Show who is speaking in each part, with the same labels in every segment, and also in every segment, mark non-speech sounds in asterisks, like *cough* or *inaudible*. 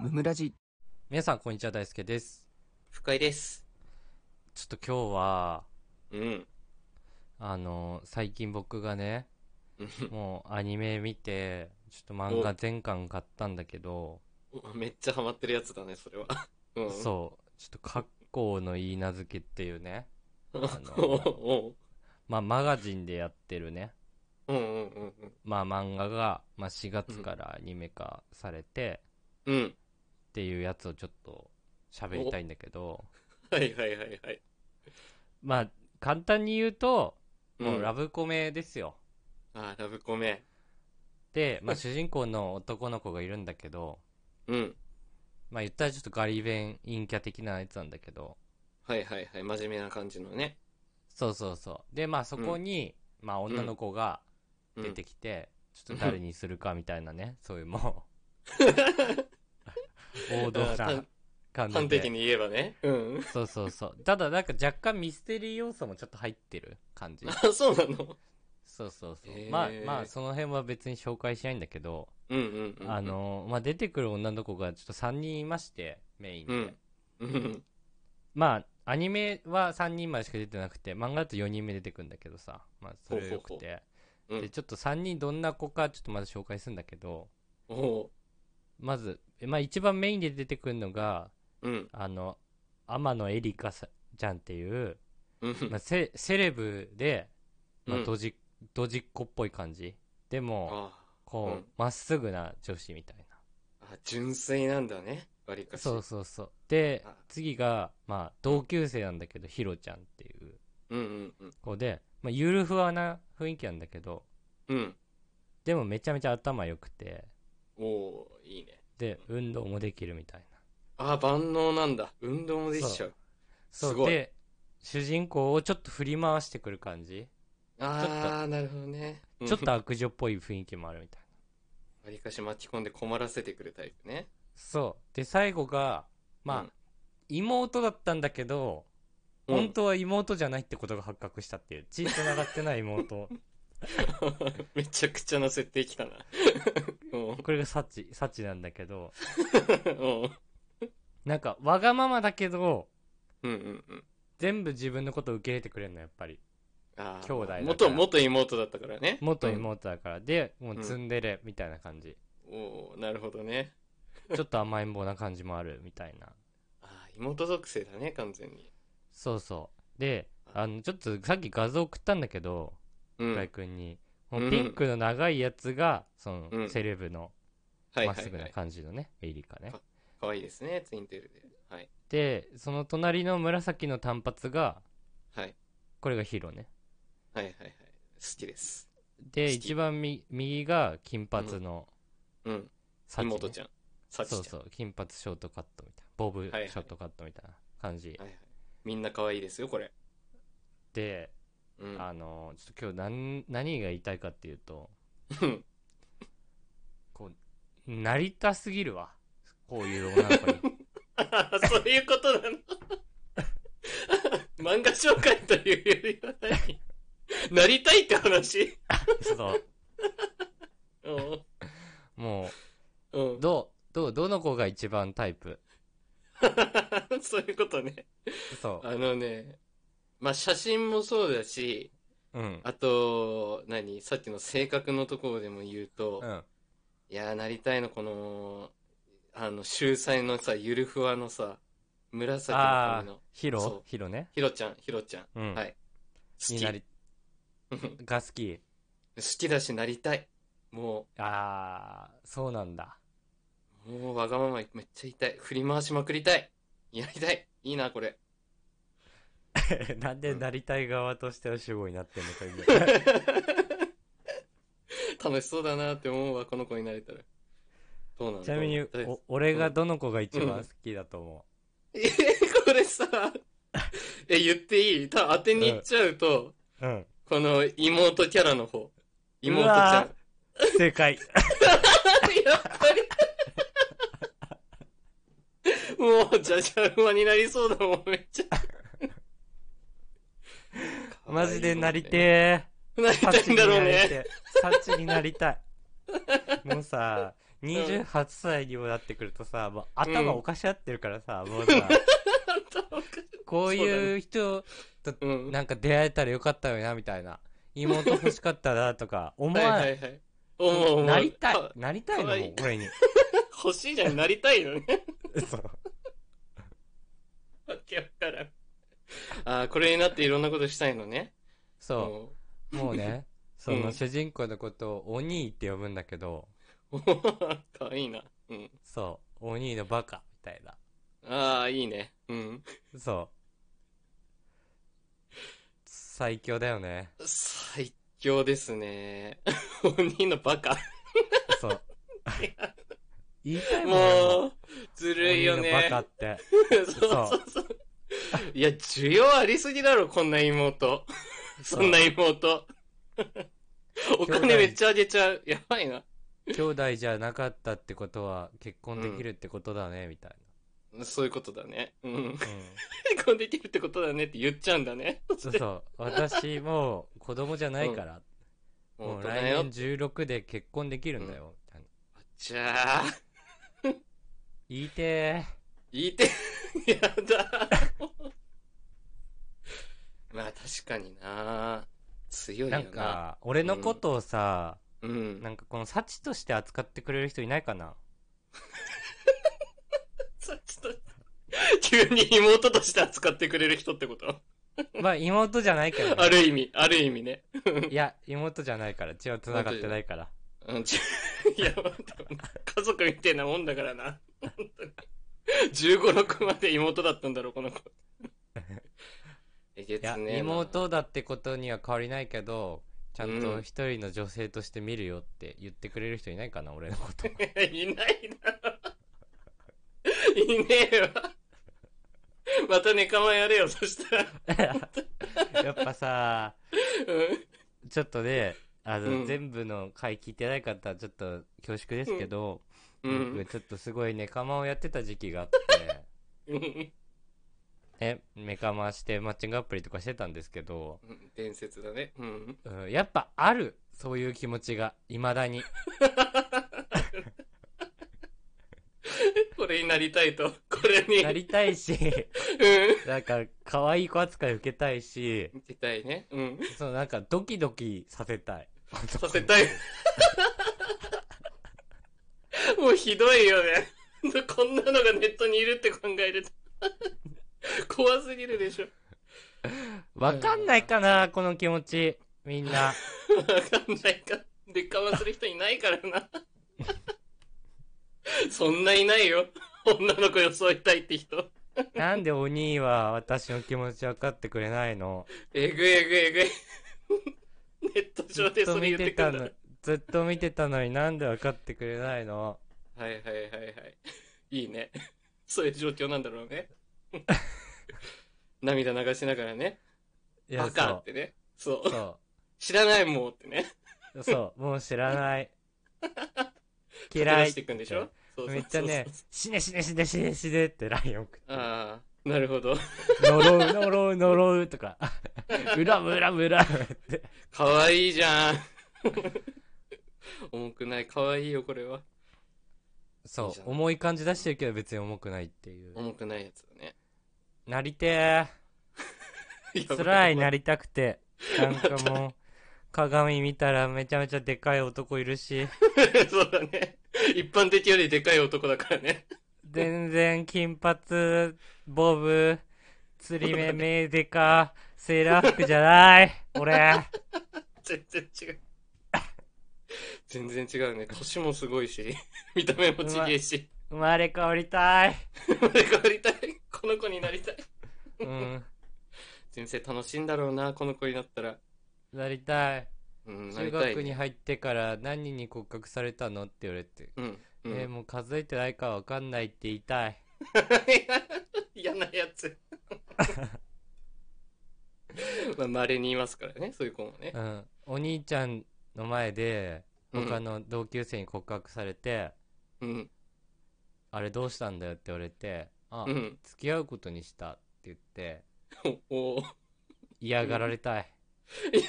Speaker 1: ムムラジ
Speaker 2: 皆さんこんにちは大輔です
Speaker 3: 深井です。
Speaker 2: ちょっと今日は
Speaker 3: うん。
Speaker 2: あの最近僕がね
Speaker 3: うん *laughs*
Speaker 2: もうアニメ見てちょっと漫画全巻買ったんだけど、
Speaker 3: めっちゃハマってるやつだね、そ
Speaker 2: *laughs*
Speaker 3: れは。うん。
Speaker 2: そうちょっと「格好のいいなずけ」っていうね
Speaker 3: う
Speaker 2: あ
Speaker 3: *laughs*
Speaker 2: の
Speaker 3: ん。
Speaker 2: まあマガジンでやってるね
Speaker 3: うんうんうん
Speaker 2: まあ漫画が、まあ、4月からアニメ化されて
Speaker 3: うん。うん。
Speaker 2: っていうやつをちょっと喋りたいんだけど
Speaker 3: はいはいはいはい。
Speaker 2: まあ簡単に言うともう
Speaker 3: うん
Speaker 2: ラブコメですよ、
Speaker 3: あー、ラブコメ。
Speaker 2: で、まあ、主人公の男の子がいるんだけど
Speaker 3: うん。
Speaker 2: まあ言ったらちょっとガリ弁陰キャ的なやつなんだけど
Speaker 3: はいはいはい。真面目な感じのね。
Speaker 2: そうそうそうでまあそこに、まあ女の子が出て
Speaker 3: き
Speaker 2: きて、ちょっと誰にするかみたいなね、そういうもう王道な感
Speaker 3: *laughs* 端
Speaker 2: じで
Speaker 3: 的に言えばね。うん。
Speaker 2: そうそうそうただなんか若干ミステリー要素もちょっと入ってる感じ
Speaker 3: あ、そうなの
Speaker 2: そうそうそう、
Speaker 3: へー
Speaker 2: まあまあその辺は別に紹介しないんだけど、
Speaker 3: うんうんうん。
Speaker 2: あ、のまあ出てくる女の子がちょっと3人いましてメインで、
Speaker 3: うん。うん。
Speaker 2: まあアニメは3人までしか出てなくて漫画だと4人目出てくるんだけどさ、まあ、それよくて
Speaker 3: ほうほほううん
Speaker 2: でちょっと3人どんな子かちょっとまず紹介するんだけど
Speaker 3: おお
Speaker 2: まず、えまあ、一番メインで出てくるのが
Speaker 3: う。うん。
Speaker 2: あの天野エリカさちゃんっていう、
Speaker 3: うん。
Speaker 2: まあ、セセレブで、まあ
Speaker 3: うん
Speaker 2: ドジドジっ子っぽい感じでも
Speaker 3: あう
Speaker 2: こうんま、っすぐな女子みたいな
Speaker 3: ーあ、純粋なんだね。わりかし。
Speaker 2: そうそうそうで
Speaker 3: あ
Speaker 2: 次が、まあ、同級生なんだけどヒロちゃんっていう
Speaker 3: うんうんうん。
Speaker 2: 子で、まあ、ゆるふわな雰囲気なんだけど
Speaker 3: うん。
Speaker 2: でもめちゃめちゃ頭良くて
Speaker 3: おおいいね。
Speaker 2: で運動もできるみたいな
Speaker 3: あー、万能なんだ。運動もできちゃう。すごい。
Speaker 2: で主人公をちょっと振り回してくる感じ
Speaker 3: ああ、なるほどね。
Speaker 2: ちょっ
Speaker 3: うん
Speaker 2: と悪女っぽい雰囲気もあるみたいな
Speaker 3: わりかし巻き込んで困らせてくるタイプね。
Speaker 2: そうで最後がまあ、
Speaker 3: うん
Speaker 2: 妹だったんだけど
Speaker 3: うん
Speaker 2: 本
Speaker 3: *laughs*
Speaker 2: 当は妹じゃないってことが発覚したっていう血繋がってない妹 *laughs*
Speaker 3: めちゃくちゃな設定きたな。 *laughs* うん。うん
Speaker 2: これがサチサチなんだけどなんかわがままだけど
Speaker 3: うんうんうん。
Speaker 2: 全部自分のことを受け入れてくれるのやっぱり
Speaker 3: あー
Speaker 2: 兄弟だから
Speaker 3: 元、元妹だったからね。
Speaker 2: 元
Speaker 3: うん。
Speaker 2: 妹だから、でもう
Speaker 3: うん
Speaker 2: ツンデレみたいな感じ、
Speaker 3: おーなるほどね。
Speaker 2: ちょっと甘えん坊な感じもあるみたいな
Speaker 3: あー妹属性だね、完全に。
Speaker 2: そうそうであのちょっとさっき画像送ったんだけど
Speaker 3: うん。
Speaker 2: 浦
Speaker 3: は
Speaker 2: 井
Speaker 3: い
Speaker 2: 君に、このピンクの長いやつがその、
Speaker 3: うん
Speaker 2: セレブの
Speaker 3: はい
Speaker 2: ま
Speaker 3: は。
Speaker 2: っすぐない感じのね、エリカね
Speaker 3: かかわいいですね、ツインテールで。はい。
Speaker 2: でその隣の紫の短髪が
Speaker 3: はい。
Speaker 2: これがヒロね
Speaker 3: はいはいはい。好きです。
Speaker 2: で
Speaker 3: 好き
Speaker 2: 一番み右が金髪の
Speaker 3: うん。
Speaker 2: サチね、
Speaker 3: 妹ちゃん。サチちゃ
Speaker 2: そ
Speaker 3: ん。
Speaker 2: うそう金髪ショートカットみたいなボブシ
Speaker 3: はいはい
Speaker 2: ョートカットみたいな感じ、
Speaker 3: はいはい。みんな可愛いですよ、これ。
Speaker 2: で
Speaker 3: うん。
Speaker 2: あのちょっと今日何何が言いたいかっていうと
Speaker 3: うん
Speaker 2: こうなりたすぎるわこういう女の子に
Speaker 3: *laughs* あーそういうことなの *laughs* 漫画紹介というよりは何なりたいって話
Speaker 2: そう
Speaker 3: うん。
Speaker 2: も
Speaker 3: う。
Speaker 2: うんどうどうどの子が一番タイプ
Speaker 3: *laughs* そういうことね。
Speaker 2: そ
Speaker 3: あのね、まあ、写真もそうだし、
Speaker 2: ううん
Speaker 3: あと、何さっきの性格のところでも言うと、
Speaker 2: うん
Speaker 3: いやー、なりたいの、この、あの、秀才のさ、ゆるふわのさ、紫の
Speaker 2: あ
Speaker 3: 髪
Speaker 2: あ
Speaker 3: の、
Speaker 2: ヒ
Speaker 3: そう
Speaker 2: ロヒロね
Speaker 3: ひろちゃん、ひろちゃん。
Speaker 2: うん、
Speaker 3: はい。好
Speaker 2: に
Speaker 3: き。
Speaker 2: なり
Speaker 3: *laughs* 好
Speaker 2: が好き
Speaker 3: きだし、なりたい。もう、
Speaker 2: ああそうなんだ *laughs*
Speaker 3: もうわがままめっちゃ言いたい。振り回しまくりたい。やりたい。いいな、
Speaker 2: *laughs*
Speaker 3: これ。
Speaker 2: なんでなりたい側としては主語になってんのか
Speaker 3: *laughs*
Speaker 2: 今
Speaker 3: 楽しそうだなって思うわ、この子になれたら。どうなんだ
Speaker 2: ちな
Speaker 3: ろう
Speaker 2: みに
Speaker 3: 大丈夫
Speaker 2: お俺がどの子が一番好きだと思
Speaker 3: えーこれ
Speaker 2: *laughs*
Speaker 3: さ、え、言っていいた当てに行っちゃうと、
Speaker 2: ううん、
Speaker 3: この妹キャラの方。妹ちゃ
Speaker 2: う
Speaker 3: ん
Speaker 2: わ。正
Speaker 3: *laughs*
Speaker 2: 解
Speaker 3: やっぱり。もう、じゃじゃ馬になりそうだもん、めっちゃ。
Speaker 2: マジでなりてー
Speaker 3: なりたいんだろうね。 *laughs*
Speaker 2: サチになりたい。もうさ、 28歳にもなってくるとさ、もう頭おかしなってるからさ、もうさ、こういう人、
Speaker 3: うん。
Speaker 2: なんか出会えたらよかったよな、みたいな。妹欲しかったな、とか、思
Speaker 3: はい
Speaker 2: わ
Speaker 3: は
Speaker 2: ない。
Speaker 3: いはい。思う思う。
Speaker 2: なりたい
Speaker 3: あ。
Speaker 2: なりたいの、
Speaker 3: 可愛い
Speaker 2: もう俺
Speaker 3: *laughs*
Speaker 2: に。
Speaker 3: 欲しいじゃん、なりたいよね。
Speaker 2: 嘘
Speaker 3: わけわからん。あーこれになっていろんなことしたいのね。
Speaker 2: そう。
Speaker 3: も
Speaker 2: もうね、そうの
Speaker 3: ん
Speaker 2: 主人公のことをお兄って呼ぶんだけど、
Speaker 3: う。かわいいな。うん。
Speaker 2: そう、お兄のバカ、みたいな。
Speaker 3: ああ、いいね。うん。
Speaker 2: そう。最強だよね。
Speaker 3: 最強ですね。鬼のバカ。
Speaker 2: そう。 *laughs* 言いたいもん
Speaker 3: もう、ずるい
Speaker 2: 俺
Speaker 3: よ
Speaker 2: も鬼のバ
Speaker 3: ね
Speaker 2: カ。って。
Speaker 3: そうそうそう。いや、需要ありすぎだろ、こんな妹。そんな
Speaker 2: *laughs*
Speaker 3: 妹。お金めっちゃあげちゃう。やばいな。
Speaker 2: 兄弟じゃなかったってことは結婚できるってことだね、みたい
Speaker 3: そういうことだね。うん。
Speaker 2: な。うん。
Speaker 3: 結婚できるってことだねって言っちゃうんだね。
Speaker 2: そうそう。私もう子供じゃないから、も
Speaker 3: 本
Speaker 2: う
Speaker 3: 当
Speaker 2: 来
Speaker 3: だよ
Speaker 2: 年。16で結婚できるんだよ、みたいな。
Speaker 3: じゃあ、
Speaker 2: 言いて
Speaker 3: 言いて、 *laughs* やだ。まあ確かにな
Speaker 2: ー。
Speaker 3: 強いよ
Speaker 2: なん
Speaker 3: な。
Speaker 2: か、俺のことをさ、
Speaker 3: うん。
Speaker 2: なんかこの幸として扱ってくれる人いないかな
Speaker 3: さちょっと、急に妹として扱ってくれる人ってこと *laughs*
Speaker 2: まあ妹じゃないけど、
Speaker 3: あ
Speaker 2: ね、
Speaker 3: る意味、ある意味ね。
Speaker 2: いや、妹じゃないから、血は繋がってないから。
Speaker 3: うん、ち *laughs* いや、待って家族みたいなもんだからな。本当に。15、6まで妹だったんだろう、この子。えげ
Speaker 2: いや
Speaker 3: つねえな。
Speaker 2: 妹だってことには変わりないけどちゃんと一人の女性として見るよって言ってくれる人いないかな俺のこと *laughs*
Speaker 3: *laughs* いないな。いねえわ。またネカマやれよ、そしたら。
Speaker 2: やっぱさ
Speaker 3: うん。
Speaker 2: ちょっとねあの、
Speaker 3: うん
Speaker 2: 全部の回聞いてない方はちょっと恐縮ですけど、
Speaker 3: うん
Speaker 2: 僕。ちょっとすごいネカマをやってた時期があっ
Speaker 3: *laughs* うん
Speaker 2: てねネカマしてマッチングアプリとかしてたんですけど、
Speaker 3: 伝説だね。うん。
Speaker 2: うん、やっぱあるそういう気持ちがいまだ
Speaker 3: *laughs*
Speaker 2: に
Speaker 3: これになりたいと。これに。
Speaker 2: なりたいし
Speaker 3: う
Speaker 2: なんか可愛い子扱い受けたいし
Speaker 3: ん。出たいね。うん。
Speaker 2: そうなんかドキドキさせたい
Speaker 3: させたい。 *laughs* もうひどいよね。こんなのがネットにいるって考えると。怖すぎるでしょ。
Speaker 2: わかんないかな、この気持ち。みんな。 *laughs*
Speaker 3: わかんないか。劣化はする人いないからな。そんないないよ。女の子装いたいって人。
Speaker 2: なんでお兄は私の気持ち分かってくれないの
Speaker 3: えぐいえぐいえぐい。ネット
Speaker 2: ず
Speaker 3: 上
Speaker 2: っ
Speaker 3: で
Speaker 2: と
Speaker 3: それ
Speaker 2: 見
Speaker 3: 言っててく
Speaker 2: た
Speaker 3: るんだ。
Speaker 2: の、ずっと見てたのになんで分かってくれないの
Speaker 3: はいはいはいはい。いいね。そういう状況なんだろうね。涙流しながらね。
Speaker 2: いや、
Speaker 3: バカってね。そう
Speaker 2: そう。。そ
Speaker 3: 知らないもんってね。
Speaker 2: う。そう。もう知ら
Speaker 3: *laughs*
Speaker 2: ない。嫌
Speaker 3: 出
Speaker 2: い
Speaker 3: し。ていくんでしょそうそう
Speaker 2: めっちゃね、死ね死ね死ね死ね死ねってライン送って。
Speaker 3: ああ、なるほど。
Speaker 2: 呪う呪う呪うとか。 *laughs* 恨む恨む恨むって。
Speaker 3: かわいいじゃん。重くない。かわいいよ、これは。い
Speaker 2: そ
Speaker 3: いじゃ
Speaker 2: う。
Speaker 3: ん
Speaker 2: 重い感じ出してるけど別に重くないっていう。
Speaker 3: 重くないやつだね。
Speaker 2: なりてー。 *laughs* 辛いなりたくてなんかもう鏡見たらめちゃめちゃでかい男いる
Speaker 3: *laughs*
Speaker 2: し
Speaker 3: *laughs* そうだね。一般的よりでかい男だからね。
Speaker 2: 全然金髪ボブ釣り目目でかセーラー服じゃない俺
Speaker 3: 全然違う。全然違うね。年もすごいし、見た目もちげえし。
Speaker 2: 生まれ変わりたい
Speaker 3: 生まれ変わりたい。この子になりたい。
Speaker 2: うん
Speaker 3: 人生楽しいんだろうな、この子になったら。
Speaker 2: なりたい
Speaker 3: うん、な
Speaker 2: 中
Speaker 3: りたい、
Speaker 2: 学
Speaker 3: ね。
Speaker 2: に入ってから何人に告白されたのって言われて、
Speaker 3: うん。うん
Speaker 2: えーもう数えてないかわかんないって言いたい
Speaker 3: *laughs* 嫌なやつ。まあ、稀にいますからね、そういう子もね
Speaker 2: う。んお兄ちゃんの前で
Speaker 3: うん
Speaker 2: 他の同級生に告白されて、
Speaker 3: うん。
Speaker 2: あれどうしたんだよって言われて、あ、
Speaker 3: うん。
Speaker 2: 付き合うことにしたって言って、
Speaker 3: おおー。
Speaker 2: 嫌がられたい。
Speaker 3: いや、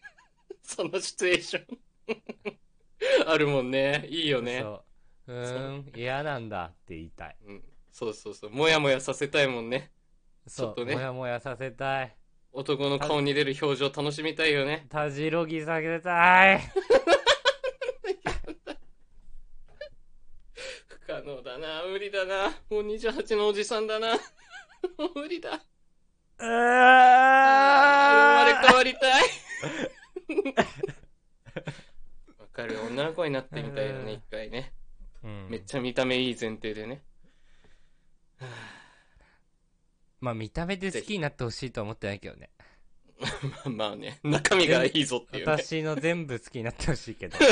Speaker 3: *laughs* そのシチュエーション。あるもんね。いいよね。
Speaker 2: そううーん、嫌なんだって言いたい。
Speaker 3: うん。そうそうそう。もやもやさせたいもんね。
Speaker 2: そ
Speaker 3: ちょっと
Speaker 2: う、
Speaker 3: ね
Speaker 2: もやもやさせたい。
Speaker 3: 男の顔に出る表情楽しみたいよね。
Speaker 2: たじろぎ下げたい。
Speaker 3: 不可能だな。無理だな。もう28のおじさんだな。 *laughs* もう無理だ。
Speaker 2: う
Speaker 3: あー生まれ
Speaker 2: ー
Speaker 3: 変わりたい。わかる。女の子になってみたいよ
Speaker 2: うん
Speaker 3: ね、一回ね。
Speaker 2: うん
Speaker 3: めっちゃ見た目いい前提でね。 *laughs*
Speaker 2: まあ見た目で好きになってほしいとは思ってないけどね。
Speaker 3: まあまあね、中身がいいぞっていうね。
Speaker 2: 私の全部好きになってほしいけ
Speaker 3: *laughs*
Speaker 2: ど。
Speaker 3: め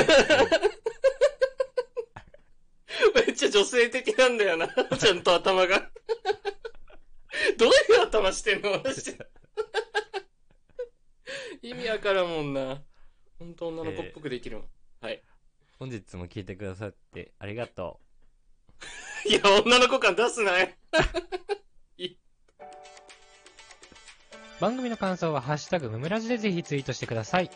Speaker 3: っちゃ女性的なんだよ *laughs* な。ちゃんと頭が。 *laughs* どういう頭してんのマ *laughs* ジで意味わからんもんな。ほんと女の子っぽくできるもん。
Speaker 2: 本日も聞いてくださってありがと
Speaker 3: いや、女の子感出すなよ。
Speaker 2: う。番組の感想はハッシュタグムムラジでぜひツイートしてください。チ